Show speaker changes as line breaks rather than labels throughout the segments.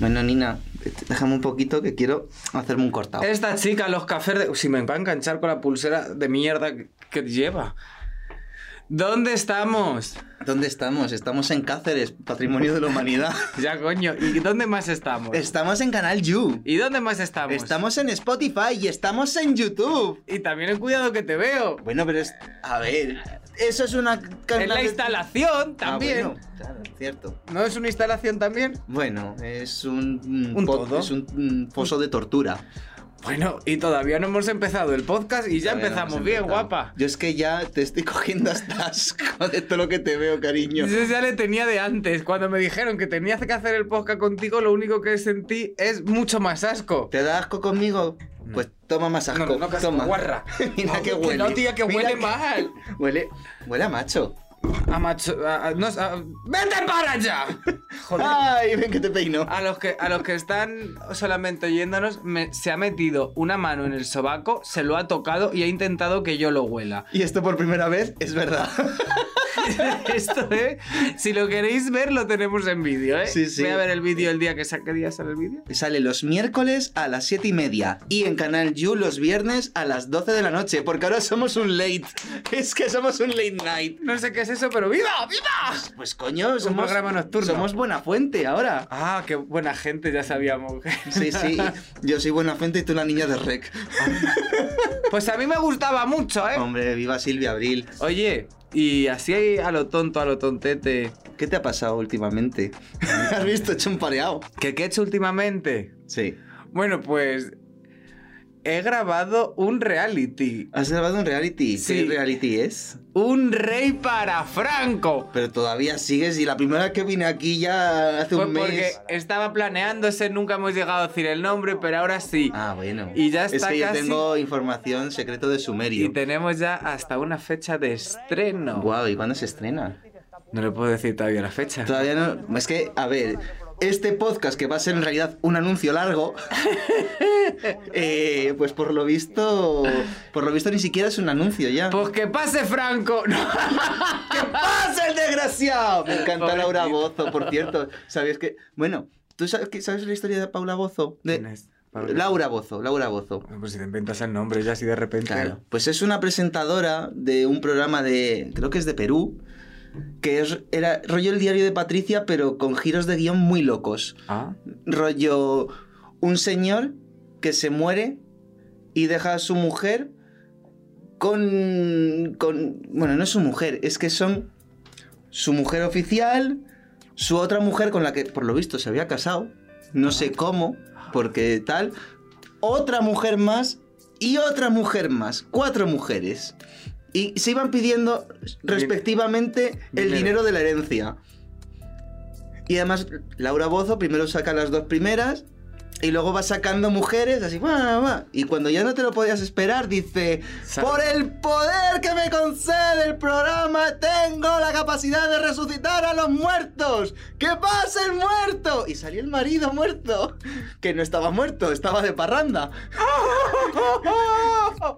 Bueno, Nina, déjame un poquito que quiero hacerme un cortado.
Esta chica, los cafés de... Si me va a enganchar con la pulsera de mierda que- que lleva. ¿Dónde estamos?
¿Dónde estamos? Estamos en Cáceres, Patrimonio de la Humanidad.
Ya, coño. ¿Y dónde más estamos?
Estamos en Canal You.
¿Y dónde más estamos?
Estamos en Spotify y estamos en YouTube.
Y también en Cuidado que te veo.
Bueno, pero es. A ver. Eso es una.
En la
Ah,
instalación también.
bueno, claro, cierto.
¿No es una instalación también?
Bueno, es un. mm,
¿Un
po-
todo?
Es un mm, foso de tortura.
Bueno, y todavía no hemos empezado el podcast y ya
Todavía no
empezamos
hemos
bien,
empezado.
guapa.
Yo es que ya te estoy cogiendo hasta asco de todo lo que te veo, cariño.
Yo ya le tenía de antes. Cuando me dijeron que tenías que hacer el podcast contigo, lo único que sentí es mucho más asco.
¿Te da asco conmigo? Pues toma más asco.
No, no, no, que asco,
toma.
guarra.
Mira
No,
que
que
huele.
no, tía, que
Mira
huele mal.
Huele, huele a macho.
A macho. a- a- no, a- ¡Vete para allá! Joder.
Ay, ven que te peino.
A los, que, a los que están solamente oyéndonos, me- se ha metido una mano en el sobaco, se lo ha tocado y ha intentado que yo lo huela.
Y esto por primera vez es verdad.
Esto, ¿eh? Si lo queréis ver, lo tenemos en vídeo, ¿eh?
Sí, sí.
Voy a ver el vídeo el día que sa- ¿qué día sale el vídeo.
Sale los miércoles a las 7 y media y en Canal You los viernes a las 12 de la noche, porque ahora somos un late. Es que somos un late night.
No sé qué es eso, pero ¡viva! ¡Viva!
Pues coño, somos.
programa nocturno.
Somos buena fuente ahora.
Ah, qué buena gente, ya sabíamos.
Sí, sí. Yo soy buena fuente y tú la niña de rec.
Pues a mí me gustaba mucho, ¿eh?
Hombre, viva Silvia Abril.
Oye, y así a lo tonto, a lo tontete.
¿Qué te ha pasado últimamente? ¿Has visto hecho un pareado?
¿Qué, qué he hecho últimamente?
Sí.
Bueno, pues he grabado un reality.
¿Has grabado un reality?
Sí.
¿Qué reality es?
Un rey para Franco.
Pero todavía sigues y la primera vez que vine aquí ya hace
Pues
un mes.
porque estaba planeándose, nunca hemos llegado a decir el nombre, pero ahora sí.
Ah, bueno.
Y ya está
Es que
casi-
yo tengo información secreto de
Y
Sumerio.
tenemos ya hasta una fecha de estreno.
Guau, ¿y cuándo se estrena?
No le puedo decir todavía la fecha.
Todavía no. Es que, a ver, este podcast que va a ser en realidad un anuncio largo, eh, pues por lo visto, por lo visto ni siquiera es un anuncio ya.
Pues que pase Franco. No.
¡Pasa el desgraciado! Me encanta Laura
Pobrecito.
Bozo, por cierto. ¿Sabías que? Bueno, ¿tú sabes, que, sabes la historia de Paula Bozo? De-
¿Quién es Paula?
Laura Bozo, Laura Bozo.
Pues si te inventas el nombre ya así de repente.
Claro. Pues es una presentadora de un programa de. Creo que es de Perú. Que es, era rollo el diario de Patricia, pero con giros de guión muy locos.
Ah,
Rollo. Un señor que se muere y deja a su mujer con. con bueno, no es su mujer, es que son su mujer oficial, su otra mujer con la que, por lo visto, se había casado. No sé cómo, porque tal. Otra mujer más y otra mujer más. Cuatro mujeres. Y se iban pidiendo respectivamente el
Dinero.
dinero de la herencia. Y además, Laura Bozo primero saca las dos primeras y luego va sacando mujeres, así, va, va. Y cuando ya no te lo podías esperar, dice:
Sal-
Por el poder que me concede el programa, tengo la capacidad de resucitar a los muertos. ¡Que pase el muerto! Y salió el marido muerto, que no estaba muerto, estaba de parranda.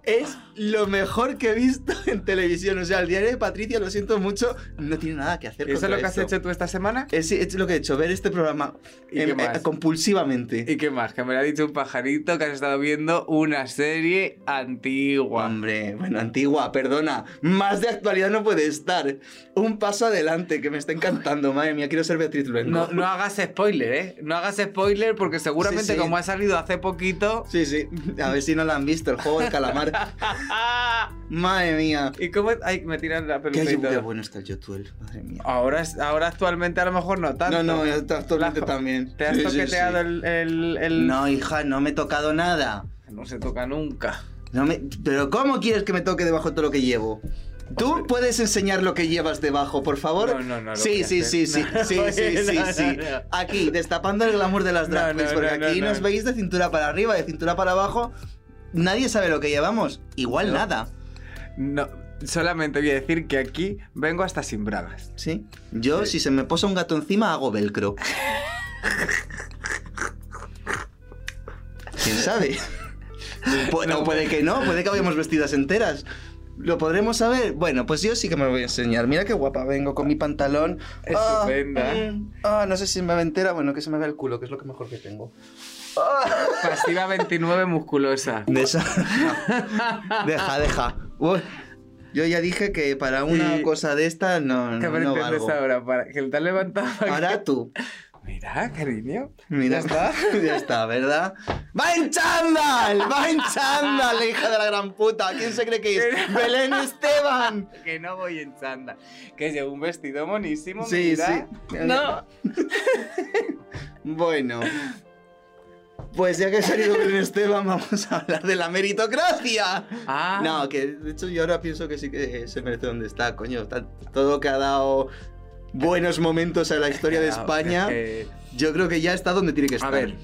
es lo mejor que he visto en televisión. O sea, el diario de Patricia, lo siento mucho, no tiene nada que hacer.
¿eso es
contra
lo que has
esto.
hecho tú esta semana?
Es, es lo que he hecho, ver este programa
¿Y qué más?
compulsivamente.
¿Y qué más? Que me lo ha dicho un pajarito que has estado viendo una serie antigua.
Hombre, bueno, antigua, perdona. Más de actualidad no puede estar. Un paso adelante que me está encantando, madre mía, quiero ser Beatriz Luengo.
No, no hagas spoiler, ¿eh? No hagas spoiler porque seguramente
Sí, sí.
como ha salido hace poquito...
Sí, sí, a ver si no la han visto, el juego del calamar. madre mía.
¿Y cómo...? es? Ay, me tiran la
Qué,
peluca y
ayu- qué
todo.
bueno está el YouTube, madre mía.
Ahora, es- ahora actualmente a lo mejor no tanto.
No, no, actualmente
Lajo,
también.
Te has
Sí, sí,
toqueteado
sí.
el, el- el-
No, hija, no me he tocado nada.
No se toca nunca.
No me- Pero ¿cómo quieres que me toque debajo todo lo que llevo? Tú puedes enseñar lo que llevas debajo, por favor.
No, no, no, lo voy
Sí,
a
sí,
hacer.
sí, sí,
No,
sí,
no,
sí, sí,
no,
sí.
no.
Aquí, destapando el glamour de las drag
No, no,
queens, porque
no, no,
aquí
no.
nos veis de cintura para arriba, de cintura para abajo. Nadie sabe lo que llevamos. Igual
No.
nada.
No, solamente voy a decir que aquí vengo hasta sin bragas.
Sí. Yo, si se me posa un gato encima, hago velcro. ¿Quién sabe? Pu- no, puede que no, puede que vayamos vestidas enteras. ¿Lo podremos saber? Bueno, pues yo sí que me lo voy a enseñar. Mira qué guapa vengo con mi pantalón. Ah,
Estupenda.
mm, Ah, no sé si me entera. Bueno, que se me vea el culo, que es lo que mejor que tengo. Ah.
Pasiva 29 musculosa.
De esa- deja, deja. Uy, yo ya dije que para una
Y-
cosa de esta no,
¿Qué
no, no
pretendes
valgo.
ahora? Para que el tal levantado.
Ahora tú.
Mira, cariño.
Mira, está. ya está, ¿verdad? ¡Va en chándal! ¡Va en chándal, la hija de la gran puta! ¿Quién se cree que es? ¡Belén Esteban!
Que no voy en chanda. Que llevo un vestido monísimo.
Sí,
mira.
sí.
No.
Bueno. Pues ya que ha salido Belén Esteban, vamos a hablar de la meritocracia.
Ah.
No, que de hecho yo ahora pienso que sí que se merece donde está, coño. Está todo lo que ha dado buenos momentos a la historia de
Ah,
España,
eh,
yo creo que ya está donde tiene que estar.
a ver,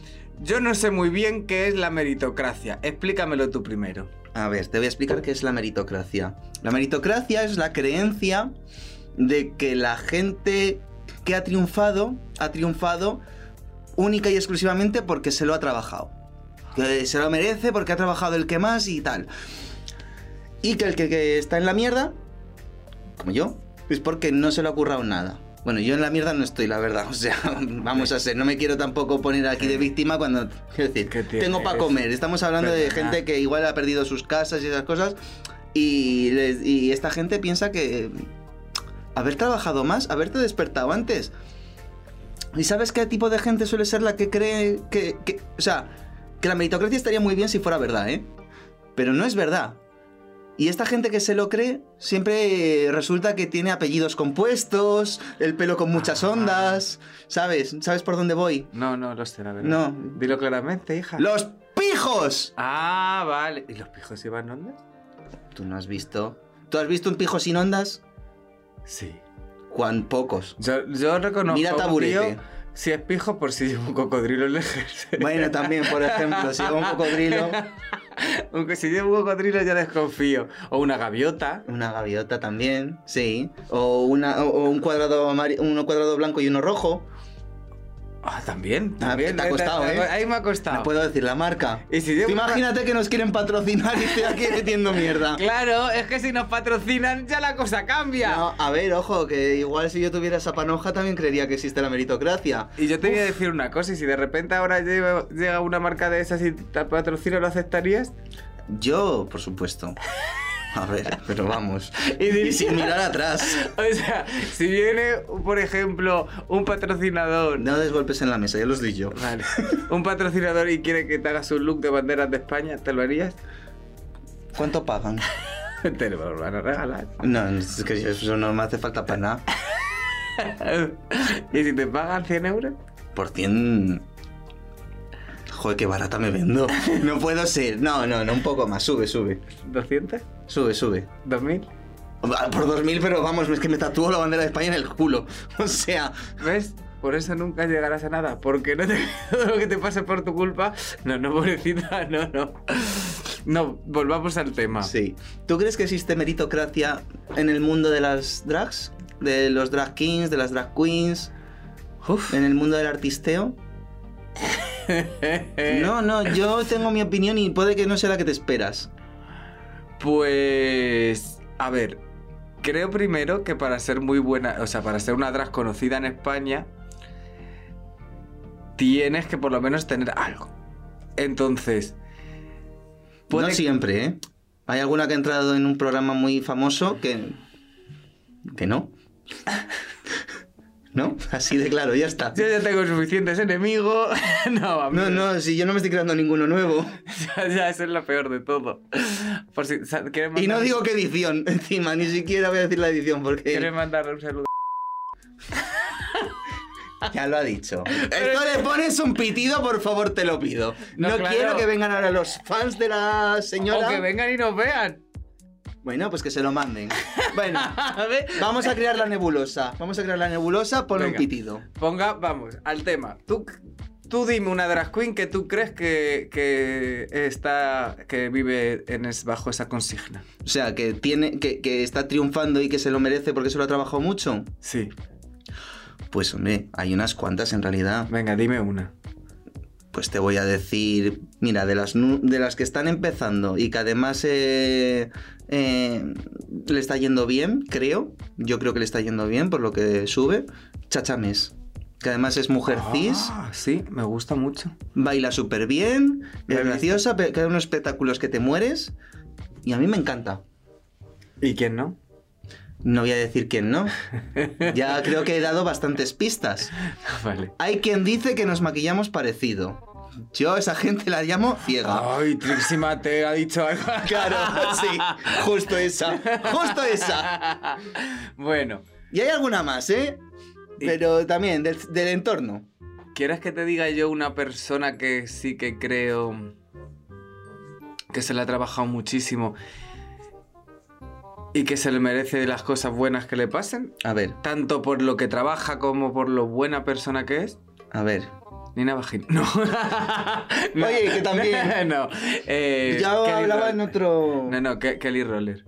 yo no sé muy bien qué es la meritocracia. Explícamelo tú primero.
A ver, te voy a explicar qué es la meritocracia. La meritocracia es la creencia de que la gente que ha triunfado, ha triunfado única y exclusivamente porque se lo ha trabajado. Que se lo merece porque ha trabajado el que más y tal. Y que el que, que está en la mierda, como yo, es porque no se le ha currado nada. Bueno, yo en la mierda no estoy, la verdad. O sea, vamos a ser, no me quiero tampoco poner aquí de víctima cuando... Quiero decir,
¿Qué
tengo para
tienes?
comer. Estamos hablando de
Perdona.
gente que igual ha perdido sus casas y esas cosas. Y, les- y esta gente piensa que haber trabajado más, haberte despertado antes. ¿Y sabes qué tipo de gente suele ser la que cree que, que- O sea, que la meritocracia estaría muy bien si fuera verdad, ¿eh? Pero no es verdad. Y esta gente que se lo cree siempre eh, resulta que tiene apellidos compuestos, el pelo con muchas
Ah.
ondas, ¿sabes? ¿Sabes por dónde voy?
No, no lo sé, la verdad.
No.
Dilo claramente, hija.
¡Los pijos!
Ah, vale. ¿Y los pijos iban ondas?
Tú no has visto. ¿Tú has visto un pijo sin ondas?
Sí.
Cuán pocos.
Yo, yo reconozco.
Mira
a un
taburete.
tío, si es pijo, por si llevo un cocodrilo en el jersey.
Bueno, también, por ejemplo, si va un cocodrilo,
Aunque si llevo un cocodrilo ya desconfío. O una gaviota.
una gaviota también, sí. O, una, o- o un cuadrado amar- uno cuadrado blanco y uno rojo.
Ah, también.
Ah,
También.
te ha costado, ¿eh?
Ahí me ha costado.
No puedo decir la marca.
Y si
Tú
llevo un cua-
imagínate que nos quieren patrocinar y estoy aquí metiendo mierda.
Claro, es que si nos patrocinan ya la cosa cambia.
No, a ver, ojo, que igual si yo tuviera esa panoja también creería que existe la meritocracia.
Y yo te voy a decir una cosa, y si de repente ahora llega, llega una marca de esas y te patrocina, ¿lo aceptarías?
Yo, por supuesto. A ver, pero vamos.
Y diría-
Y sin mirar atrás.
O sea, si viene, por ejemplo, un patrocinador...
No des golpes en la mesa, ya los di yo.
Vale. Un patrocinador y quiere que te hagas un look de banderas de España, ¿te lo harías?
¿Cuánto pagan?
Te lo van a regalar.
No, es que eso no me hace falta para nada.
¿Y si te pagan 100 euros?
Por 100... Joder, qué barata me vendo. No puedo ser. No, no, no, un poco más. Sube, sube.
¿200?
Sube, sube.
¿2000?
Va, Por 2000, pero vamos, es que me tatúo la bandera de España en el culo. O sea,
¿Ves? Por eso nunca llegarás a nada, porque no te todo lo que te pase por tu culpa. No, no, pobrecita, no, no. No, volvamos al tema.
sí. ¿Tú crees que existe meritocracia en el mundo de las drags? De los drag kings, de las drag queens,
Uf.
en el mundo del artisteo?
Eh.
No, no, yo tengo mi opinión y puede que no sea la que te esperas.
Pues. A ver. Creo primero que para ser muy buena. O sea, para ser una drag conocida en España. Tienes que por lo menos tener algo. Entonces. puede-
No siempre, ¿eh? Hay alguna que ha entrado en un programa muy famoso que. que no. ¿No? Así de claro, ya está.
Yo ya tengo suficientes enemigos. no, a mí-
No, no, si yo no me estoy creando ninguno nuevo.
Ya, ya, eso es lo peor de todo. Por si o sea, quieres mandar,
Y no digo qué edición, encima, ni siquiera voy a decir la edición
¿Quieres
porque
mandar un saludo.
ya lo ha dicho. Esto le pones un pitido, por favor, te lo pido. No,
No, claro.
quiero que vengan ahora los fans de la
O que
señora.
vengan y nos vean.
Bueno, pues que se lo manden. Bueno,
A ver,
vamos a crear la nebulosa. Vamos a crear la nebulosa, ponle un
Venga.
pitido.
ponga, vamos, al tema. Tú, tú dime una drag queen que tú crees que, que está, que vive en es, bajo esa consigna.
O sea, que tiene, que, que está triunfando y que se lo merece porque se lo ha trabajado mucho.
Sí.
Pues hombre, hay unas cuantas en realidad.
Venga, dime una.
pues te voy a decir, mira, de las, nu- de las que están empezando y que además eh, eh, le está yendo bien, creo, yo creo que le está yendo bien por lo que sube, Chachames, que además es mujer cis,
Ah, sí, me gusta mucho.
baila súper bien,
La he
es
visto.
graciosa, pe- que da unos espectáculos que te mueres y a mí me encanta.
¿Y quién no?
No voy a decir quién no. Ya creo que he dado bastantes pistas.
vale.
Hay quien dice que nos maquillamos parecido. Yo a esa gente la llamo ciega.
Ay, Trixie Mateo ha dicho algo.
Claro, sí, justo esa, justo esa.
bueno,
Y hay alguna más, ¿eh? Pero también del, del entorno.
¿quieres que te diga yo una persona que sí que creo que se le ha trabajado muchísimo y que se le merece las cosas buenas que le pasen?
A ver,
Tanto por lo que trabaja como por lo buena persona que es.
a ver.
Nina Vagina. No.
Oye, que también.
no. Eh,
Ya
Kelly
hablaba
Roll-
en otro.
No, no, Ke- Kelly Roller.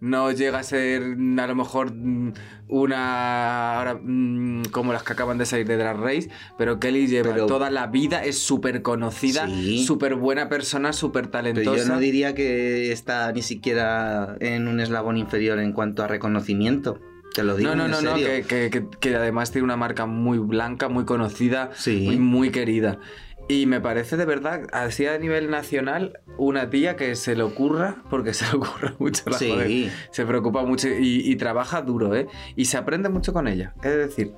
No llega a ser mm, a lo mejor mm, una. Ahora, mm, como las que acaban de salir de Drag Race, pero Kelly lleva
Pero-
toda la vida, es súper conocida,
Sí.
súper buena persona, súper talentosa.
Pero yo no diría que está ni siquiera en un eslabón inferior en cuanto a reconocimiento. Te lo digo.
No, no,
en
no, no,
serio.
que, que- que- que además tiene una marca muy blanca, muy conocida
Sí.
y muy querida. Y me parece de verdad, así a nivel nacional, una tía que se le ocurra, porque se le ocurra mucho la joder.
Sí,
Se preocupa mucho y, y trabaja duro, ¿eh? Y se aprende mucho con ella. Es decir,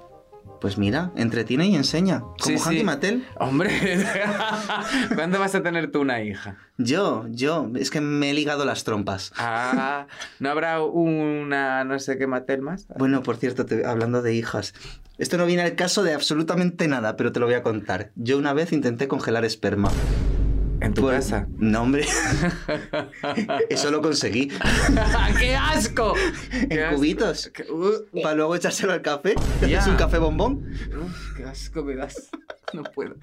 pues mira, entretiene y enseña. Como
Sí, sí.
Hanky Mattel.
hombre, ¿cuándo vas a tener tú una hija?
Yo, yo, es que me he ligado las trompas.
Ah, ¿no habrá una no sé qué Matel más?
Bueno, por cierto, te- hablando de hijas, esto no viene al caso de absolutamente nada, pero te lo voy a contar. Yo una vez intenté congelar esperma.
En tu
Por-
casa.
No, hombre. Eso lo conseguí.
¡Qué asco! ¡Qué
En
asco!
cubitos.
Qué- uh,
Para luego echárselo al café. ¿Te
Ya.
haces un café bombón?
Uf, qué asco me das. No puedo.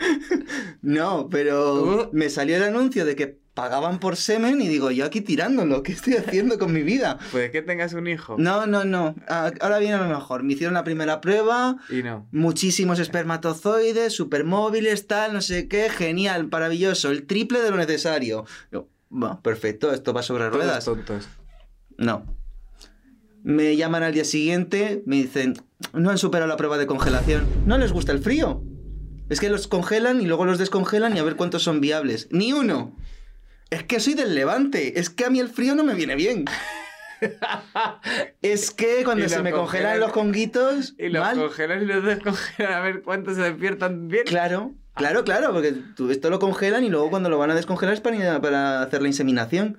No, pero
Uh.
me salió el anuncio de que pagaban por semen y digo, yo aquí tirándolo, ¿qué estoy haciendo con mi vida?
Puede Pues que tengas un hijo.
No, no, no. Ah, Ahora viene lo mejor. Me hicieron la primera prueba,
Y no.
Muchísimos espermatozoides, supermóviles, tal, no sé qué, genial, maravilloso, el triple de lo necesario. Yo, "Buah, perfecto, esto va sobre ruedas.
Todos tontos.
No. Me llaman al día siguiente, me dicen, no han superado la prueba de congelación, no les gusta el frío. Es que los congelan y luego los descongelan y a ver cuántos son viables. Ni uno. Es que soy del levante, es que a mí el frío no me viene bien. es que cuando
Y
se
los
me congelan
congelan-
los conguitos,
Y los
mal.
congelan y los descongelan a ver cuántos se despiertan bien.
Claro, claro, claro, porque tú- esto lo congelan y luego cuando lo van a descongelar es para, para hacer la inseminación.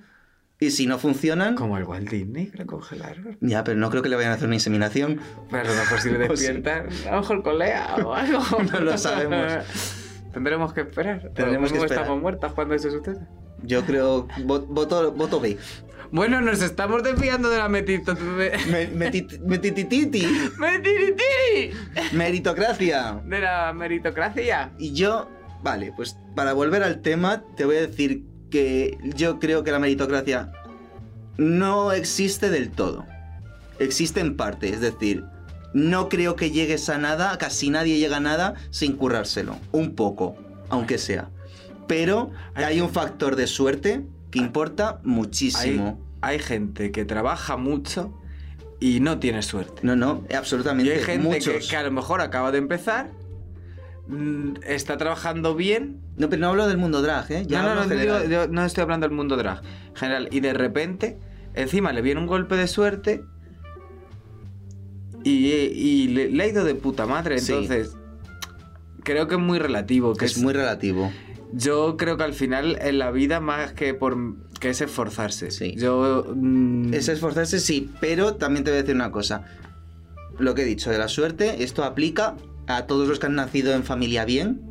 Y si no funcionan,
Como el Walt Disney que lo congelaron.
ya, pero no creo que le vayan a hacer una inseminación.
Pero a lo mejor si le
O sí.
despiertan, a lo mejor colea o algo.
No lo sabemos.
Tendremos que esperar.
Tendremos que
Luego
esperar.
estamos muertas cuando eso suceda.
Yo creo, vo- voto, voto B.
Bueno, nos estamos desviando de la metito. me-
Me- meti- Metitititi,
¡Metiritiri!
meritocracia.
De la meritocracia.
Y yo, vale, pues para volver al tema, te voy a decir que yo creo que la meritocracia no existe del todo. Existe en parte, es decir, no creo que llegues a nada, casi nadie llega a nada sin currárselo, un poco, aunque sea. Pero hay un factor de suerte que importa
Hay,
muchísimo.
hay gente que trabaja mucho y no tiene suerte.
No, no,
Y
absolutamente.
hay gente que,
muchos.
que a lo mejor acaba de empezar, mm, está trabajando bien.
No, pero no hablo del mundo drag, ¿eh? Ya
no,
hablo
no, no,
general.
digo- yo no estoy hablando del mundo drag en general. Y de repente, encima le viene un golpe de suerte y, y le, le ha ido de puta madre.
Sí.
Entonces, creo que es muy relativo. Que
es
es-
muy relativo.
Yo creo que al final en la vida más que por que es esforzarse.
Sí.
Yo. mm,
Es esforzarse, sí, pero también te voy a decir una cosa. Lo que he dicho de la suerte, esto aplica a todos los que han nacido en familia bien.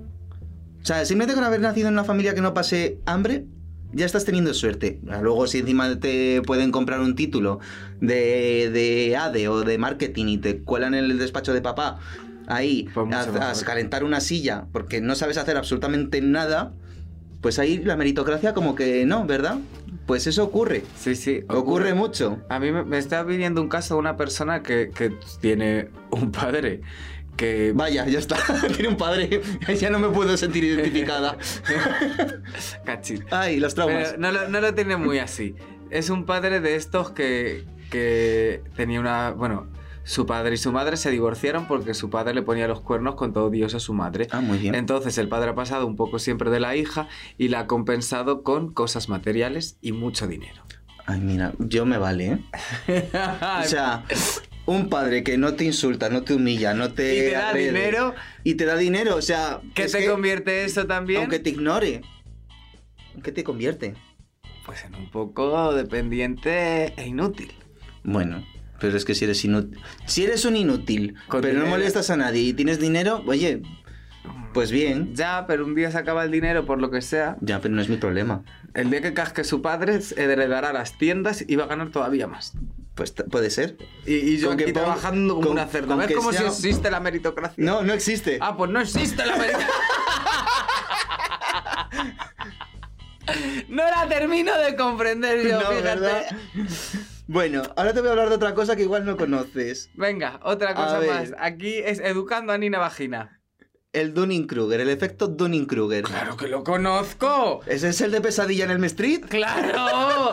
O sea, simplemente con haber nacido en una familia que no pase hambre, ya estás teniendo suerte. Luego, si encima te pueden comprar un título de, de ADE o de marketing y te cuelan en el despacho de papá, ahí,
Pues mucho
a- a,
mejor.
calentar una silla, porque no sabes hacer absolutamente nada, pues ahí la meritocracia como que no, ¿verdad? Pues eso ocurre.
Sí, sí.
Ocurre mucho.
A mí me, me está viniendo un caso de una persona que, que tiene un padre que
Vaya, ya está. Tiene un padre. Ya no me puedo sentir identificada.
cachis.
Ay, los traumas.
Pero no lo, no lo tiene muy así. Es un padre de estos que, que tenía una... Bueno, su padre y su madre se divorciaron porque su padre le ponía los cuernos con todo Dios a su madre.
Ah, muy bien.
Entonces el padre ha pasado un poco siempre de la hija y la ha compensado con cosas materiales y mucho dinero.
Ay, mira, yo me vale, ¿eh? O sea, un padre que no te insulta, no te humilla, no te.
y te da
agrede,
dinero
Y te da dinero, o sea.
que
eh, es
te convierte eso también.
Aunque te ignore. ¿En qué te convierte?
Pues en un poco dependiente e inútil.
Bueno, pero es que si eres inútil. Si eres un inútil,
Con
pero no
dinero.
molestas a nadie y tienes dinero, oye, pues bien.
Ya, pero un día se acaba el dinero por lo que sea.
Ya, pero no es mi problema.
El día que casque su padre, heredará las tiendas y va a ganar todavía más.
Pues t- puede ser.
Y, y yo
Con que
aquí
pon-
trabajando como
con-
una cerda.
con
¿Ves
que
como si
sea-
existe la meritocracia?
No, no existe.
Ah, pues no existe la meritocracia. no la termino de comprender yo,
No,
fíjate.
¿verdad? Bueno, ahora te voy a hablar de otra cosa que igual no conoces.
Venga, otra
A
cosa
ver.
más. Aquí es educando a Nina Vagina.
El Dunning-Kruger, el efecto Dunning-Kruger.
Claro que lo conozco.
¿Ese es el de pesadilla en el Street?
¡Claro!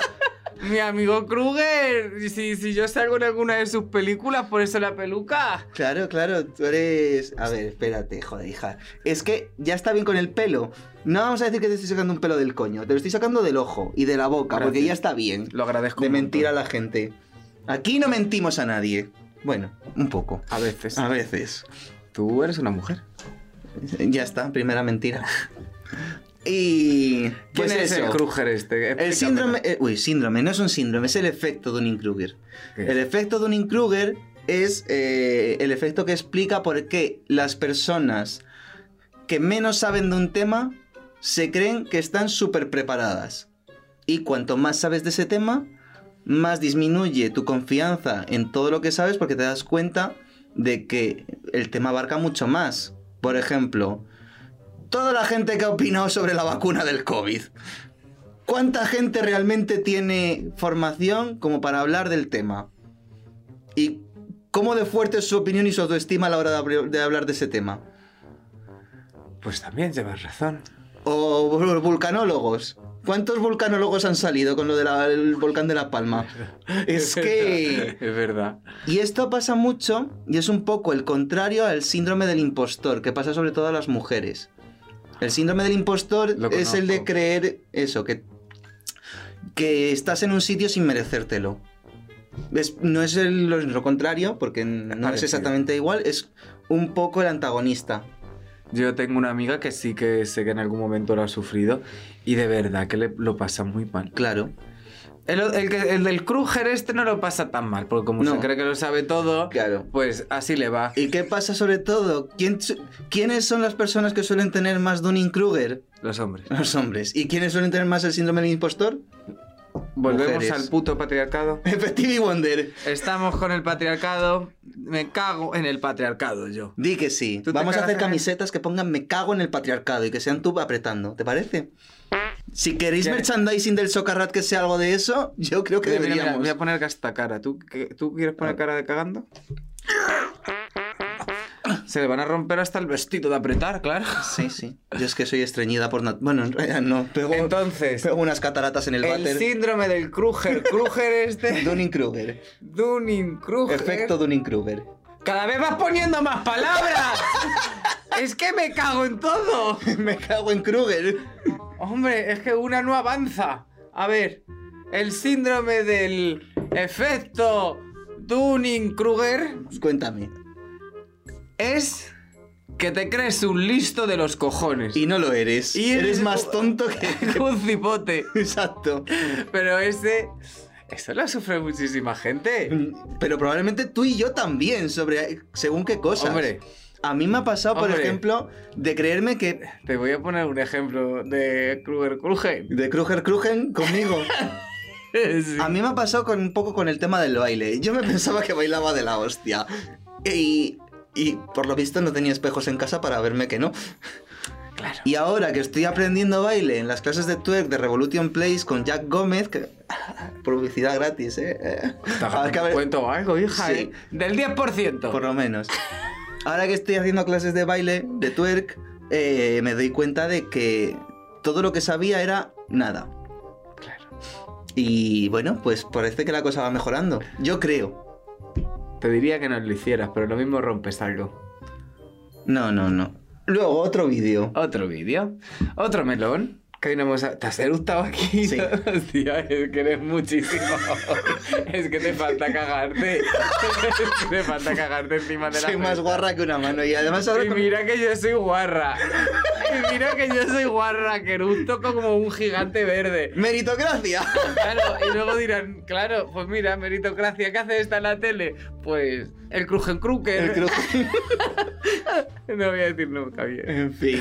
Mi amigo Kruger, si, si yo salgo en alguna de sus películas, por eso la peluca.
Claro, claro, tú eres... A ver, espérate, joder, hija. Es que ya está bien con el pelo. No vamos a decir que te estoy sacando un pelo del coño, te lo estoy sacando del ojo y de la boca, porque
Gracias.
ya está bien.
Lo agradezco.
De
un
mentir a la gente. Aquí no mentimos a nadie. Bueno, un poco.
montón. A veces.
A veces.
Tú eres una mujer.
Ya está, primera mentira. Y...
¿Quién
pues
es
eso.
el Kruger este?
El
Explícamelo.
síndrome, eh, uy, síndrome, no es un síndrome, es el efecto Dunning-Kruger.
¿Qué?
El efecto Dunning-Kruger es eh, el efecto que explica por qué las personas que menos saben de un tema se creen que están súper preparadas. Y cuanto más sabes de ese tema, más disminuye tu confianza en todo lo que sabes porque te das cuenta de que el tema abarca mucho más. Por ejemplo, toda la gente que ha opinado sobre la vacuna del COVID. ¿Cuánta gente realmente tiene formación como para hablar del tema? ¿Y cómo de fuerte es su opinión y su autoestima a la hora de, abri- de hablar de ese tema?
Pues también llevas razón.
¿O vul- vulcanólogos? ¿Cuántos vulcanólogos han salido con lo del volcán de La Palma? Es que...
Es verdad.
Y esto pasa mucho y es un poco el contrario al síndrome del impostor, que pasa sobre todo a las mujeres. El síndrome del impostor
Lo
es el de
conozco.
creer eso, que, que estás en un sitio sin merecértelo. Es- no es el- lo, lo contrario, porque no es
Parecido.
exactamente igual, es un poco el antagonista.
Yo tengo una amiga que sí que sé que en algún momento lo ha sufrido y de verdad que le, lo pasa muy mal.
Claro,
El, el que- el del Kruger este no lo pasa tan mal, porque como
No.
se cree que lo sabe todo,
claro.
pues así le va.
¿Y qué pasa sobre todo? ¿Quién su- ¿Quiénes son las personas que suelen tener más Dunning-Kruger?
Los hombres.
Los hombres. ¿Y quiénes suelen tener más el síndrome del impostor?
Volvemos
Mujeres.
al puto patriarcado.
Effective Wonder.
Estamos con el patriarcado. Me cago en el patriarcado yo.
Di que sí.
¿Tú te
Vamos a hacer
cagas en él?
camisetas que pongan me cago en el patriarcado y que sean tú apretando. ¿Te parece? Si queréis
¿Quieres?
merchandising del Socarrat que sea algo de eso, yo creo que
Mira, mira, mira,
deberíamos.
voy a poner esta cara. ¿Tú, qué- tú quieres poner cara de cagando? Se le van a romper hasta el vestido de apretar, claro.
Sí, sí. Yo es que soy estreñida por... nat- Bueno, en realidad no. Pego,
Entonces,
pego unas cataratas en el,
el
váter.
síndrome del Kruger, Kruger este,
Dunning-Kruger.
Dunning Kruger.
Efecto Dunning-Kruger.
Cada vez vas poniendo más palabras. es que me cago en todo.
me cago en Kruger.
Hombre, es que una no avanza. A ver, el síndrome del efecto Dunning-Kruger
Pues Cuéntame.
es que te crees un listo de los cojones.
Y no lo eres.
Y
eres,
eres-
más tonto que...
un cipote.
Exacto.
Pero ese... Eso lo sufre muchísima gente.
Pero probablemente tú y yo también, sobre según qué cosas.
Hombre,
A mí me ha pasado, por
Hombre.
ejemplo, de creerme que.
te voy a poner un ejemplo de Kruger-Kruger.
De Kruger Krugen conmigo.
Sí.
A mí me ha pasado con, un poco con el tema del baile. Yo me pensaba que bailaba de la hostia. Y. Y por lo visto no tenía espejos en casa para verme que no.
Claro.
Y ahora que estoy aprendiendo baile en las clases de twerk de Revolution Place con Jack Gómez, que. Publicidad gratis, ¿eh?
Te
Habrá que
hago un
haber-
cuento o algo, hija.
Sí.
¿eh? Del 10%.
Por lo menos. ahora que estoy haciendo clases de baile, de twerk, eh, me doy cuenta de que todo lo que sabía era nada.
Claro.
Y bueno, pues parece que la cosa va mejorando. Yo creo.
Te diría que no lo hicieras, pero lo mismo rompes algo.
No, no, no. Luego otro vídeo.
Otro vídeo. Otro melón. Que hoy no hemos... ¿Te has eructado aquí?
Sí.
Hostia, es que eres muchísimo. es que te falta cagarte. es que te falta cagarte encima de la
Soy más
mesa.
guarra que una mano y además ahora
Y
con-
mira que yo soy guarra. Y mira que yo soy guarra, que eructo como un gigante verde.
meritocracia.
Claro, y luego dirán, claro, pues mira, meritocracia, ¿qué hace esta en la tele? Pues el Krugen
El
Kruger.
cru-
No voy a decir nunca bien.
en fin,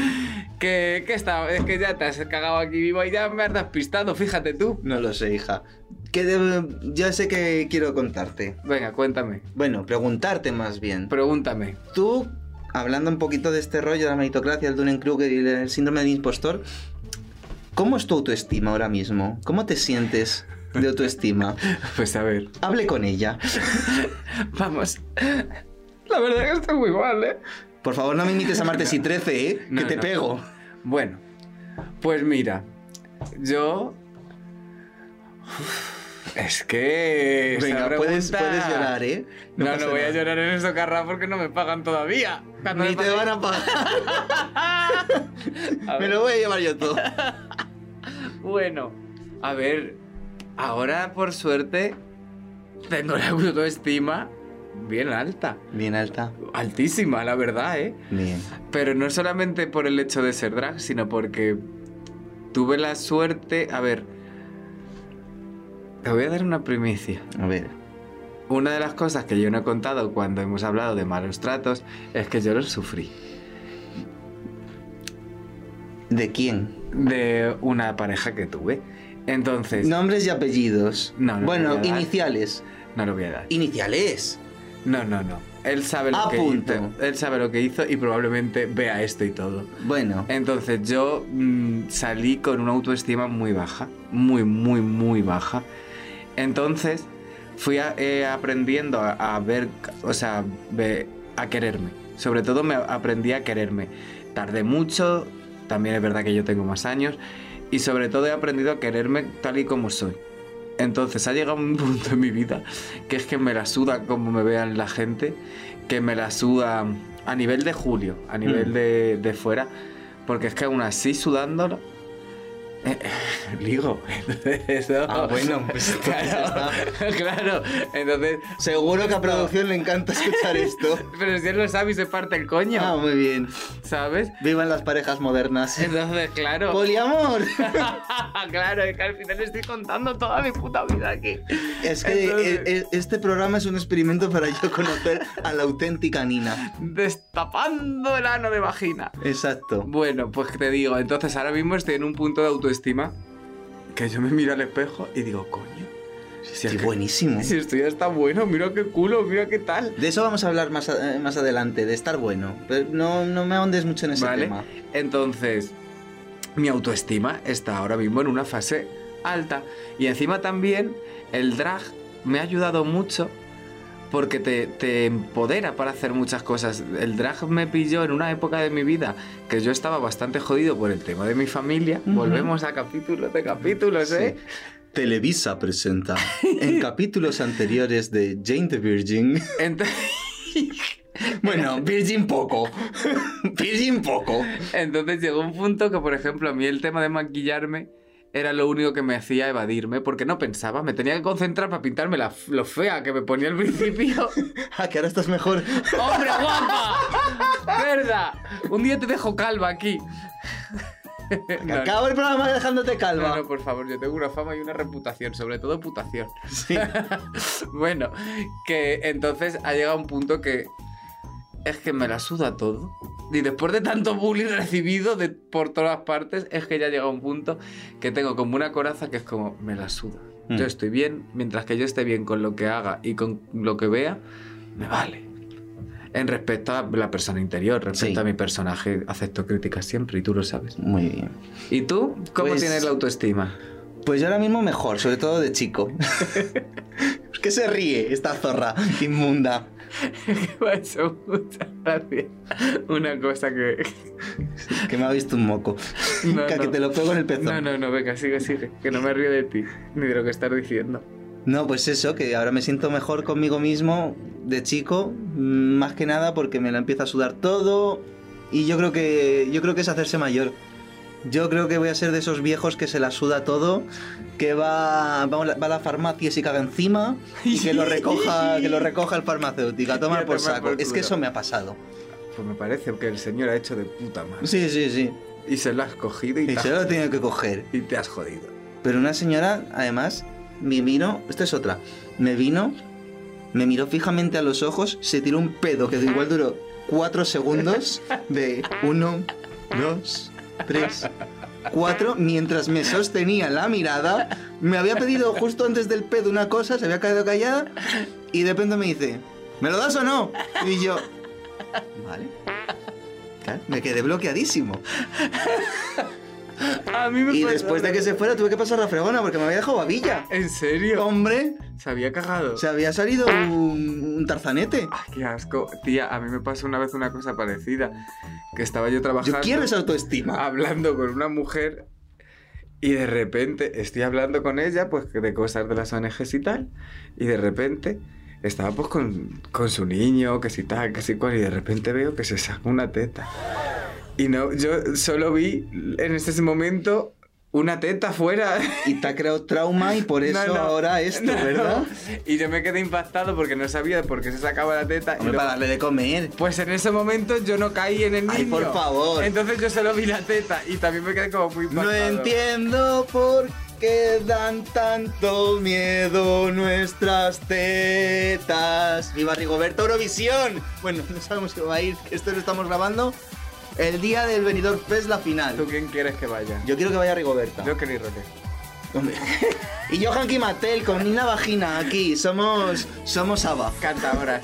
Que, que está, es que ya te has cagado aquí vivo y ya me has despistado, fíjate tú.
no lo sé, hija. Que de- ya sé que quiero contarte.
Venga, cuéntame,
Bueno, preguntarte más bien.
pregúntame.
Tú, hablando un poquito de este rollo de la meritocracia, el Dunning-Kruger y el síndrome del impostor, ¿cómo es tu autoestima ahora mismo? ¿Cómo te sientes de autoestima?
Pues a ver,
Hable con ella.
vamos. La verdad que estoy muy mal, ¿eh?
Por favor, no me imites a martes y 13, ¿eh? Que
No,
te
no.
pego.
Bueno, pues mira, yo. Es que. esa
Venga, puedes,
pregunta-
puedes llorar, ¿eh?
No, no,
pasa
voy a
nada.
llorar en esto, carra, porque no me pagan todavía. Cuando
Ni
me
te
paguen-
van a pagar.
A
Me
ver,
lo voy a llevar yo todo.
Bueno, a ver, ahora por suerte tengo la autoestima bien alta.
Bien alta.
Altísima, la verdad, ¿eh?
Bien.
Pero no solamente por el hecho de ser drag, sino porque tuve la suerte. A ver. Te voy a dar una primicia.
A ver.
Una de las cosas que yo no he contado cuando hemos hablado de malos tratos es que yo los sufrí.
¿De quién?
De una pareja que tuve. Entonces, no,
Nombres y apellidos.
No, no voy a
bueno,
dar.
iniciales.
lo voy a dar.
¿Iniciales?
No, no, no. Él sabe lo
A
que
punto.
hizo. Él sabe lo que hizo y probablemente vea esto y todo.
Bueno.
Entonces yo mm, salí con una autoestima muy baja, muy, muy, muy baja. Entonces fui a- eh, aprendiendo a, a ver, o sea, ve- a quererme. Sobre todo me aprendí a quererme. Tardé mucho, también es verdad que yo tengo más años, y sobre todo he aprendido a quererme tal y como soy. Entonces ha llegado un punto en mi vida que es que me la suda como me vean la gente, que me la suda a nivel de Julio, a nivel
Mm.
de, de fuera, porque es que aún así sudándolo... eh, eh, ligo. Entonces, eso-
Ah, bueno, pues,
claro, claro. Entonces,
Seguro que a producción le encanta escuchar esto.
pero si él lo sabe y se parte el coño,
Ah, muy bien.
¿sabes?
Vivan las parejas modernas.
Entonces, claro.
¡Poliamor!
claro, es que al final estoy contando toda mi puta vida aquí.
Es que
Entonces-
eh, eh, este programa es un experimento para yo conocer a la auténtica Nina.
Destapando el ano de vagina.
Exacto.
Bueno, pues que te digo, entonces ahora mismo estoy en un punto de autoestima que yo me miro al espejo y digo, coño, si, es
Qué
que-
buenísimo.
si esto ya está bueno, mira qué culo, mira qué tal.
De eso vamos a hablar más, a- eh, más adelante, de estar bueno. Pero no, no me ahondes mucho en ese
Vale.
tema.
Entonces, mi autoestima está ahora mismo en una fase alta. Y encima también el drag me ha ayudado mucho porque te, te empodera para hacer muchas cosas. El drag me pilló en una época de mi vida que yo estaba bastante jodido por el tema de mi familia.
Ujú.
Volvemos a capítulos de capítulos, ¿eh?
Televisa presenta, en capítulos anteriores de Jane the Virgin.
Ent-
Bueno, Virgin poco. Virgin poco.
Entonces llegó un punto que, por ejemplo, a mí el tema de maquillarme era lo único que me hacía evadirme, porque no pensaba, me tenía que concentrar para pintarme la, f- lo fea que me ponía al principio.
Ah, que ahora estás mejor.
¡Hombre, guapa! ¡Verdad! Un día te dejo calva aquí. No, no,
Acabo el programa dejándote calva.
no, no, por favor, yo tengo una fama y una reputación, sobre todo putación.
Sí.
Bueno, que entonces ha llegado un punto que es que me la suda todo. Y después de tanto bullying recibido de, por todas partes, es que ya llega un punto que tengo como una coraza que es como, me la suda.
Mm.
Yo estoy bien, mientras que yo esté bien con lo que haga y con lo que vea, me vale. En respecto a la persona interior, respecto
Sí.
a mi personaje, acepto críticas siempre y tú lo sabes.
Muy bien.
¿Y tú? ¿Cómo
Pues-
tienes la autoestima?
Pues yo ahora mismo mejor, sobre todo de chico. es que se ríe esta zorra inmunda.
Me ha hecho mucha gracia. Una cosa que.
Que me ha visto un moco.
No,
que
no.
te lo pego en el pezón.
No, no, no, venga, sigue, sigue. Que no me río de ti, ni de lo que estás diciendo.
No, pues eso, que ahora me siento mejor conmigo mismo de chico, mm, más que nada porque me la empieza a sudar todo y yo creo que yo creo que es hacerse mayor. Yo creo que voy a ser de esos viejos que se la suda todo, que va, va, a la- va a la farmacia y se caga encima y que lo recoja, que lo recoja el farmacéutico, a tomar
Y a
por
tomar
saco.
por
es
culo.
que eso me ha pasado.
Pues me parece que el señor ha hecho de puta madre.
Sí, sí, sí.
Y se lo has cogido y,
Y
te, has,
yo lo tengo que coger.
y te has jodido.
Pero una señora, además, me vino, esta es otra, me vino, me miró fijamente a los ojos, se tiró un pedo que igual duró cuatro segundos, de uno, dos, tres, cuatro, mientras me sostenía la mirada, me había pedido justo antes del pedo una cosa, se había quedado callada, y de repente me dice, ¿me lo das o no? Y yo, vale. Claro, Me quedé bloqueadísimo.
A mí me
Y
pasó-
después de que se fuera tuve que pasar la fregona porque me había dejado babilla.
¿En serio?
Hombre,
Se había cagado.
se había salido un, un tarzanete.
Ay, qué asco. Tía, a mí me pasó una vez una cosa parecida. Que estaba yo
Yo
trabajando.
quiero esa autoestima.
hablando con una mujer y de repente estoy hablando con ella pues de cosas de las ONGs y tal y de repente estaba pues con, con su niño que si tal que si cual y de repente veo que se saca una teta y no yo solo vi en ese momento una teta fuera
Y te ha creado trauma y por eso
No, no.
ahora esto,
No, no.
¿verdad?
y yo me quedé impactado porque no sabía por qué se sacaba la teta y
Hombre,
luego-
para darle de comer.
pues en ese momento yo no caí en el niño
Ay, por favor.
entonces yo solo vi la teta y también me quedé como muy
No
impactado
entiendo por qué dan tanto miedo nuestras tetas. ¡Viva Rigoberto Eurovisión! Bueno, no sabemos si va a ir, que esto lo estamos grabando el día del Benidorm Fest, la
¿Tú
final.
quién quieres que vaya?
Yo quiero que vaya Rigoberta.
Yo quería Roque.
Hombre. Y Johan Kimatel con Nina Vagina aquí. Somos. Somos ABBA.
Cantadoras.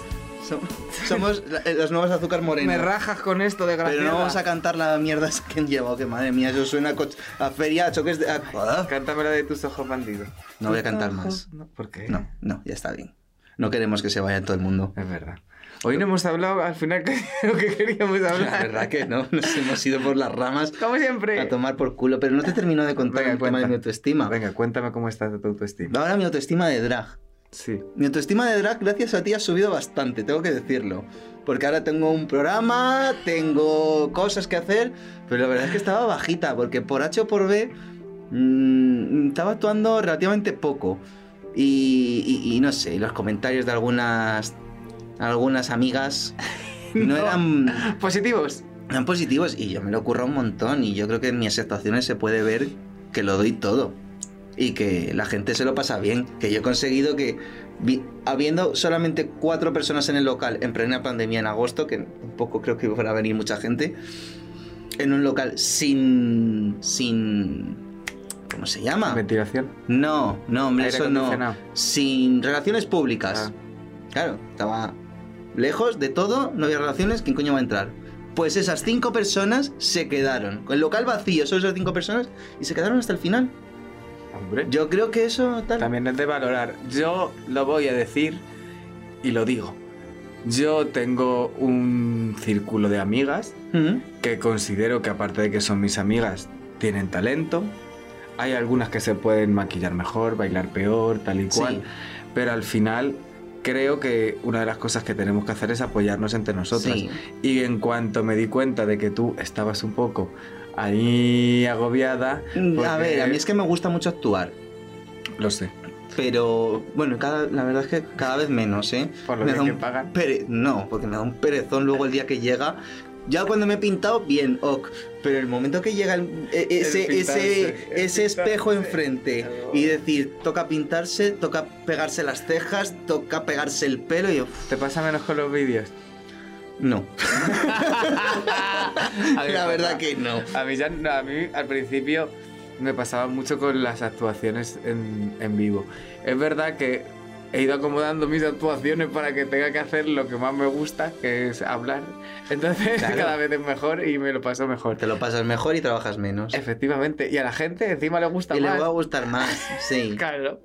So- Somos la- eh, los nuevos azúcar moreno.
Me rajas con esto de gracia.
Pero no vamos a cantar la mierda esa que han llevado, que madre mía, eso suena a, co- a feria, a choques de. a- Ah.
Cántame la de tus ojos bandidos.
No voy a cantar más.
¿Por qué?
No, no, ya está bien. No queremos que se vaya todo el mundo.
Es verdad. Hoy no hemos hablado al final que lo que queríamos hablar.
La verdad que no, nos hemos ido por las ramas
Como siempre.
a tomar por culo. Pero no te termino de contar
Venga,
el tema de
cuenta.
mi autoestima.
Venga, cuéntame cómo estás de tu autoestima.
Ahora mi autoestima de drag.
Sí.
Mi autoestima de drag, gracias a ti, ha subido bastante, tengo que decirlo. Porque ahora tengo un programa, tengo cosas que hacer, pero la verdad es que estaba bajita, porque por H o por B mm, estaba actuando relativamente poco. Y, y- y no sé, los comentarios de algunas, algunas amigas no,
No.
Eran,
Positivos.
eran positivos y yo me lo curro un montón y yo creo que en mis actuaciones se puede ver que lo doy todo y que la gente se lo pasa bien, que yo he conseguido que vi- habiendo solamente cuatro personas en el local en plena pandemia en agosto, que tampoco creo que fuera a venir mucha gente, en un local sin... sin ¿Cómo se llama?
Ventilación.
No, no, Ah. hombre,
Aire
eso no.
acondicionado.
Sin relaciones
Ah.
públicas. Claro, estaba lejos de todo, no había relaciones, ¿quién coño va a entrar? Pues esas cinco personas se quedaron. Con el local vacío, solo esas cinco personas, y se quedaron hasta el final.
Hombre.
Yo creo que eso tal.
También es de valorar. Yo lo voy a decir y lo digo. Yo tengo un círculo de amigas
Mm.
que considero que aparte de que son mis amigas, tienen talento. Hay algunas que se pueden maquillar mejor, bailar peor, tal y
Sí.
cual. Pero al final creo que una de las cosas que tenemos que hacer es apoyarnos entre nosotras.
Sí.
Y en cuanto me di cuenta de que tú estabas un poco ahí agobiada...
A
porque-
ver, a mí es que me gusta mucho actuar.
Lo sé,
Pero bueno, cada, la verdad es que cada vez menos, ¿eh?
por lo
Me
que,
da
que
un
pagan.
Pere- no, porque me da un perezón luego el día que llega. Ya cuando me he pintado, bien, ok. Pero el momento que llega el- e- ese,
El pintarse,
ese,
el
ese espejo
pintarse.
enfrente y decir, toca pintarse, toca pegarse las cejas, toca pegarse el pelo, y yo, "Uf,
¿Te pasa menos con los vídeos?
no.
A mí me
La verdad
pasa.
que no.
A mí, ya, no, a mí al principio me pasaba mucho con las actuaciones en, en vivo. Es verdad que he ido acomodando mis actuaciones para que tenga que hacer lo que más me gusta, que es hablar. Entonces
Claro.
cada vez es mejor y me lo paso mejor.
Te lo pasas mejor y trabajas menos.
Efectivamente. Y a la gente encima le gusta
Y le
más.
va a gustar más, sí.
Claro.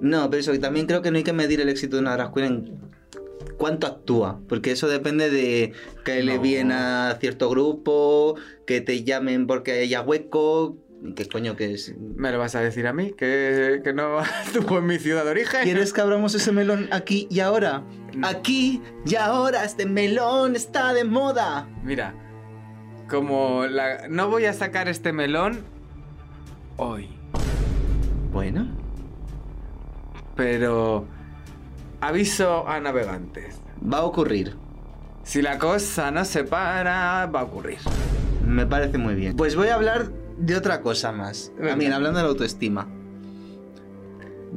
No, pero eso, que también creo que no hay que medir el éxito de una drag queen en cuánto actúa, porque eso depende de que le
No.
viene a cierto grupo, que te llamen porque haya hueco, que coño que es.
¿Me lo vas a decir a mí? ¿Que, que no estuvo en mi ciudad de origen?
¿Quieres que abramos ese melón aquí y ahora?
No.
Aquí y ahora este melón está de moda.
Mira, como la... no voy a sacar este melón hoy,
Bueno,
pero aviso a navegantes.
va a ocurrir.
Si la cosa no se para, va a ocurrir.
Me parece muy bien. Pues voy a hablar de otra cosa más.
Venga.
También hablando de la autoestima.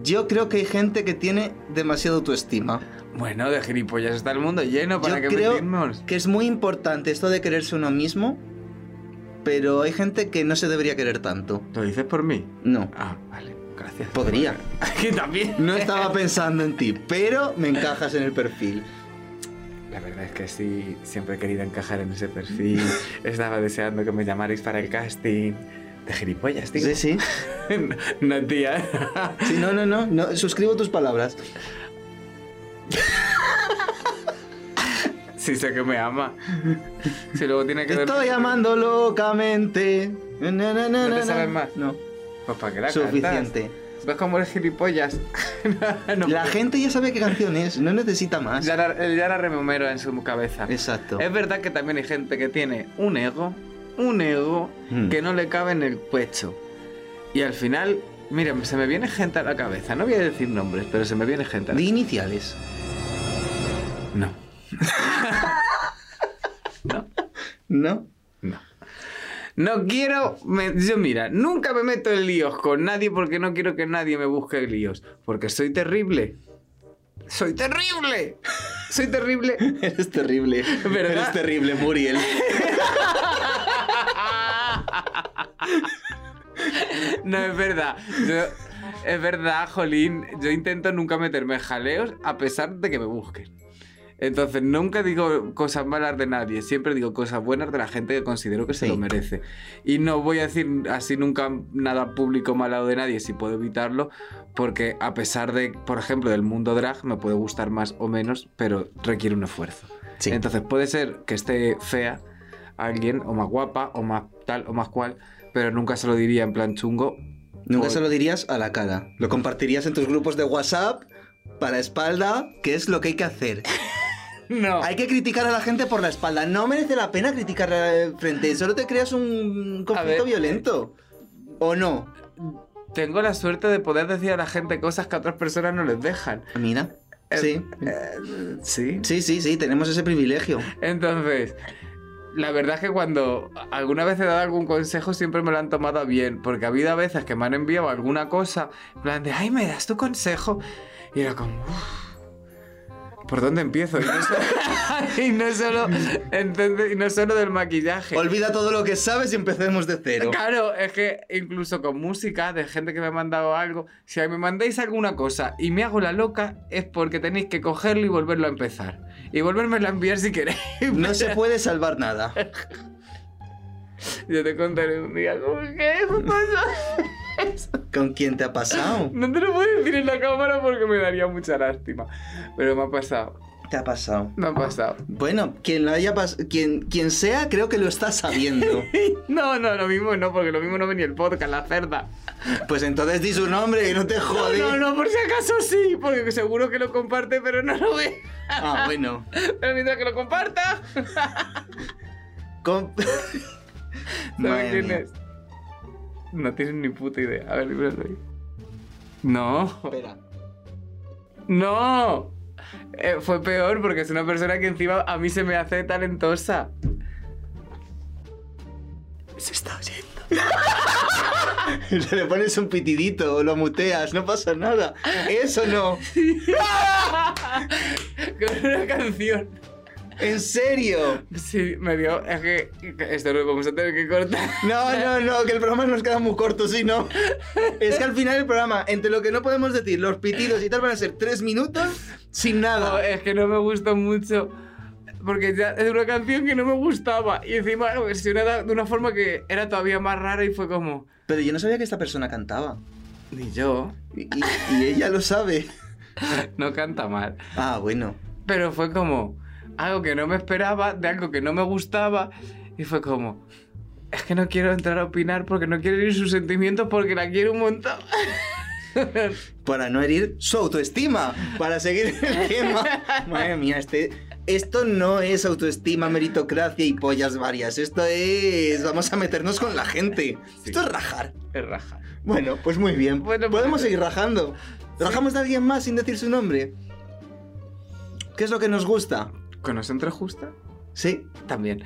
Yo creo que hay gente que tiene demasiada autoestima.
Bueno, de gilipollas está el mundo lleno, ¿para
Yo
qué
creo
mentirnos?
que es muy importante esto de quererse uno mismo, pero hay gente que no se debería querer tanto.
¿Lo dices por mí?
No,
Ah, vale, gracias.
podría.
Aquí también.
No estaba pensando en ti, pero me encajas en el perfil.
La verdad es que sí, siempre he querido encajar en ese perfil. Estaba deseando que me llamarais para el casting. De gilipollas, tío.
Sí, sí.
no, tía.
Sí, no, no, no, no, Suscribo tus palabras.
sí sé que me ama. Si luego tiene que ver...
Estoy amando locamente. Na, na, na,
¿No te
na, na.
sabes más?
No,
Pues para que la
suficiente.
cantas. ¿Ves cómo eres gilipollas? No,
La gente ya sabe qué canción es, no necesita más.
Ya la, eh, ya la rememero en su cabeza.
Exacto.
Es verdad que también hay gente que tiene un ego, un ego
Hmm.
que no le cabe en el pecho. Y al final, mira, se me viene gente a la cabeza. No voy a decir nombres, pero se me viene gente a la
De iniciales.
No,
¿No?
no. No quiero. me- Yo, mira, nunca me meto en líos con nadie porque no quiero que nadie me busque líos. Porque soy terrible. ¡Soy terrible! ¡Soy terrible!
Eres terrible.
¿Verdad?
Eres terrible, Muriel.
No, es verdad. Yo- es verdad, Jolín. Yo intento nunca meterme en jaleos a pesar de que me busquen. Entonces, nunca digo cosas malas de nadie. Siempre digo cosas buenas de la gente que considero que se
Sí.
lo merece. Y no voy a decir así nunca nada público malo de nadie si puedo evitarlo. Porque a pesar de, por ejemplo, del mundo drag, me puede gustar más o menos, pero requiere un esfuerzo.
Sí.
Entonces puede ser que esté fea alguien, o más guapa, o más tal, o más cual, pero nunca se lo diría en plan chungo.
Nunca
Por-
se lo dirías a la cara. Lo compartirías en tus grupos de WhatsApp, para espalda, que es lo que hay que hacer.
No.
Hay que criticar a la gente por la espalda. No merece la pena criticar al frente. Solo te creas un conflicto
ver.
violento. ¿O no?
Tengo la suerte de poder decir a la gente cosas que a otras personas no les dejan.
Mira.
Eh,
Sí.
eh, sí.
Sí, sí, sí, tenemos ese privilegio.
Entonces, la verdad es que cuando alguna vez he dado algún consejo siempre me lo han tomado bien, porque ha habido veces que me han enviado alguna cosa, en plan de, ay, me das tu consejo. Y era como, "Uf, ¿por dónde empiezo? Y no solo, y no solo, entonces, y no solo del maquillaje.
Olvida todo lo que sabes y empecemos de cero.
Claro, es que incluso con música de gente que me ha mandado algo, si me mandáis alguna cosa y me hago la loca, es porque tenéis que cogerlo y volverlo a empezar. Y volvérmelo a enviar si queréis.
No se puede salvar nada.
Yo te contaré un día cómo es que eso pasó.
¿Con quién te ha pasado?
No te lo puedo decir en la cámara porque me daría mucha lástima. Pero me ha pasado,
Te ha pasado.
me ha pasado.
Bueno, quien lo haya pas- quien, quien sea, creo que lo está sabiendo.
No, no, lo mismo no, porque lo mismo no venía el podcast, la cerda.
Pues entonces di su nombre y no te jode.
No, no, por si acaso sí, porque seguro que lo comparte, pero no lo ve.
Ah, bueno.
Pero mientras que lo comparta,
Com- Madre
¿sabes quién
mía.
es? No tienes ni puta idea. A ver, líbralo ahí. No.
Espera.
No. Eh, fue peor porque es una persona que encima a mí se me hace talentosa. Se está oyendo.
Le pones un pitidito o lo muteas, no pasa nada. Eso no.
Con una canción.
En serio.
Sí, me dio. Es que esto lo vamos a tener que cortar.
No, no, no, que el programa nos queda muy corto, sí, no. Es que al final el programa, entre lo que no podemos decir, los pitidos y tal, van a ser tres minutos sin
No,
nada.
es que no me gustó mucho. Porque ya es una canción que no me gustaba. Y encima lo versionada de una forma que era todavía más rara y fue como.
Pero yo no sabía que esta persona cantaba.
Ni yo.
Y, y- y ella lo sabe.
No canta mal.
Ah, bueno.
pero fue como algo que no me esperaba, de algo que no me gustaba, y fue como, es que no quiero entrar a opinar porque no quiero herir sus sentimientos porque la quiero un montón.
Para no herir su autoestima, para seguir el tema. Madre mía, este, esto no es autoestima, meritocracia y pollas varias. Esto es. Vamos a meternos con la gente.
Sí.
Esto es rajar.
Es raja.
Bueno, pues muy bien.
Bueno,
Podemos
pues-
seguir rajando. ¿Rajamos de alguien más sin decir su nombre? ¿Qué es lo que nos gusta?
¿Conocentra justa?
¿Sí?
También.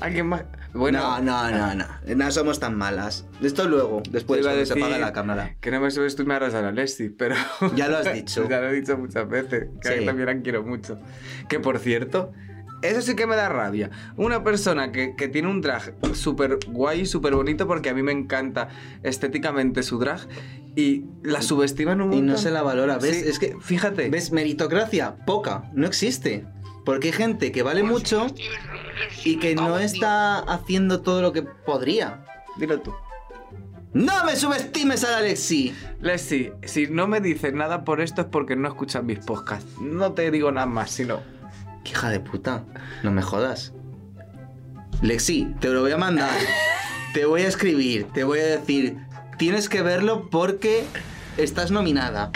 ¿Alguien más? Bueno,
no, no, no, no. No somos tan malas. Esto luego, después,
Te iba a
cuando se
decir-
apaga la cámara.
que no me subes tú me harás a la Leslie, pero...
Ya lo has dicho.
Pues ya lo he dicho muchas veces, que
Sí.
yo también la quiero mucho. Que por cierto, eso sí que me da rabia. Una persona que, que tiene un drag súper guay y súper bonito, porque a mí me encanta estéticamente su drag, y la subestiman un
Y
montón.
no se la valora, ¿ves?
Sí,
Es que,
fíjate.
¿ves? Meritocracia, poca, no existe. Porque hay gente que vale mucho y que no está haciendo todo lo que podría.
Dilo tú.
¡No me subestimes al Alexi!
Leslie, si no me dices nada por esto es porque no escuchas mis podcasts. No te digo nada más, sino...
¡Qué hija de puta! No me jodas. Lexi, te lo voy a mandar. te voy a escribir, te voy a decir. Tienes que verlo porque estás nominada.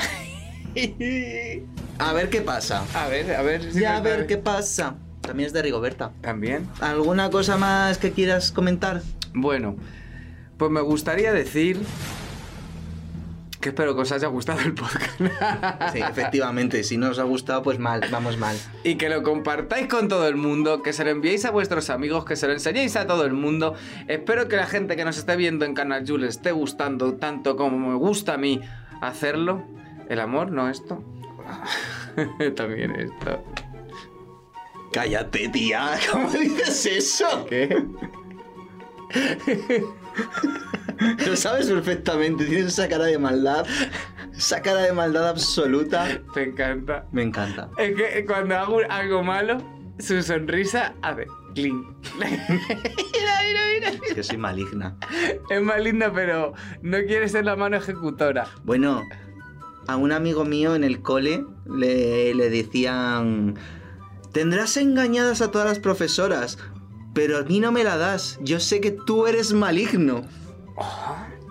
A ver qué pasa.
A ver, a ver si
Ya a
me está-
ver qué pasa. También es de Rigoberta.
También.
¿Alguna cosa más que quieras comentar?
Bueno, pues me gustaría decir que espero que os haya gustado el podcast
Sí, efectivamente, si no os ha gustado, pues mal, vamos mal.
y que lo compartáis con todo el mundo, que se lo enviéis a vuestros amigos, que se lo enseñéis a todo el mundo. Espero que la gente que nos esté viendo en Canal Yul esté gustando tanto como me gusta a mí hacerlo. El amor, no esto. También esto.
Cállate, tía, ¿cómo dices eso?
¿Qué?
Lo sabes perfectamente, tienes esa cara de maldad, esa cara de maldad absoluta.
Te encanta.
Me encanta.
Es que cuando hago algo malo, su sonrisa hace clink. mira, mira, mira.
Es que soy maligna.
Es más linda, pero no quiere ser la mano ejecutora.
Bueno, a un amigo mío en el cole le, le decían, tendrás engañadas a todas las profesoras, pero a mí no me la das, yo sé que tú eres maligno.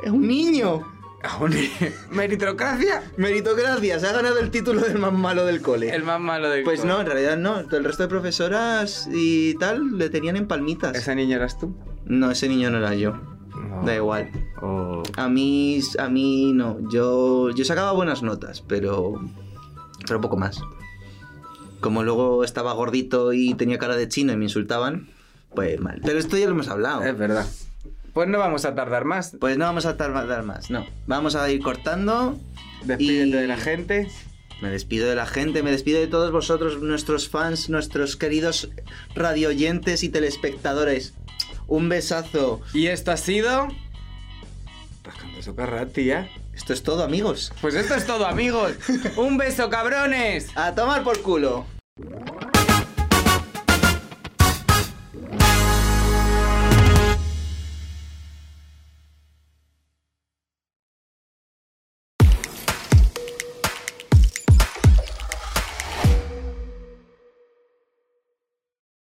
Es un niño.
Aún- Meritocracia,
Meritocracia, se ha ganado el título del más malo del cole.
el más malo de
Pues no, en realidad no. El resto de profesoras y tal le tenían en palmitas.
¿Esa niña eras tú?
No, ese niño no era yo.
No.
Da igual. A mí, a mí no. Yo, yo sacaba buenas notas, pero, pero poco más. Como luego estaba gordito y tenía cara de chino y me insultaban, pues mal. Pero esto ya lo hemos hablado.
Es verdad. Pues no vamos a tardar más.
Pues no vamos a tardar más, no. Vamos a ir cortando.
Despídete
Y-
de la gente.
Me despido de la gente, me despido de todos vosotros, nuestros fans, nuestros queridos radioyentes y telespectadores. Un besazo.
Y esto ha sido. Rascando su carra, tía.
Esto es todo, amigos.
Pues esto es todo, amigos. Un beso, cabrones.
A tomar por culo.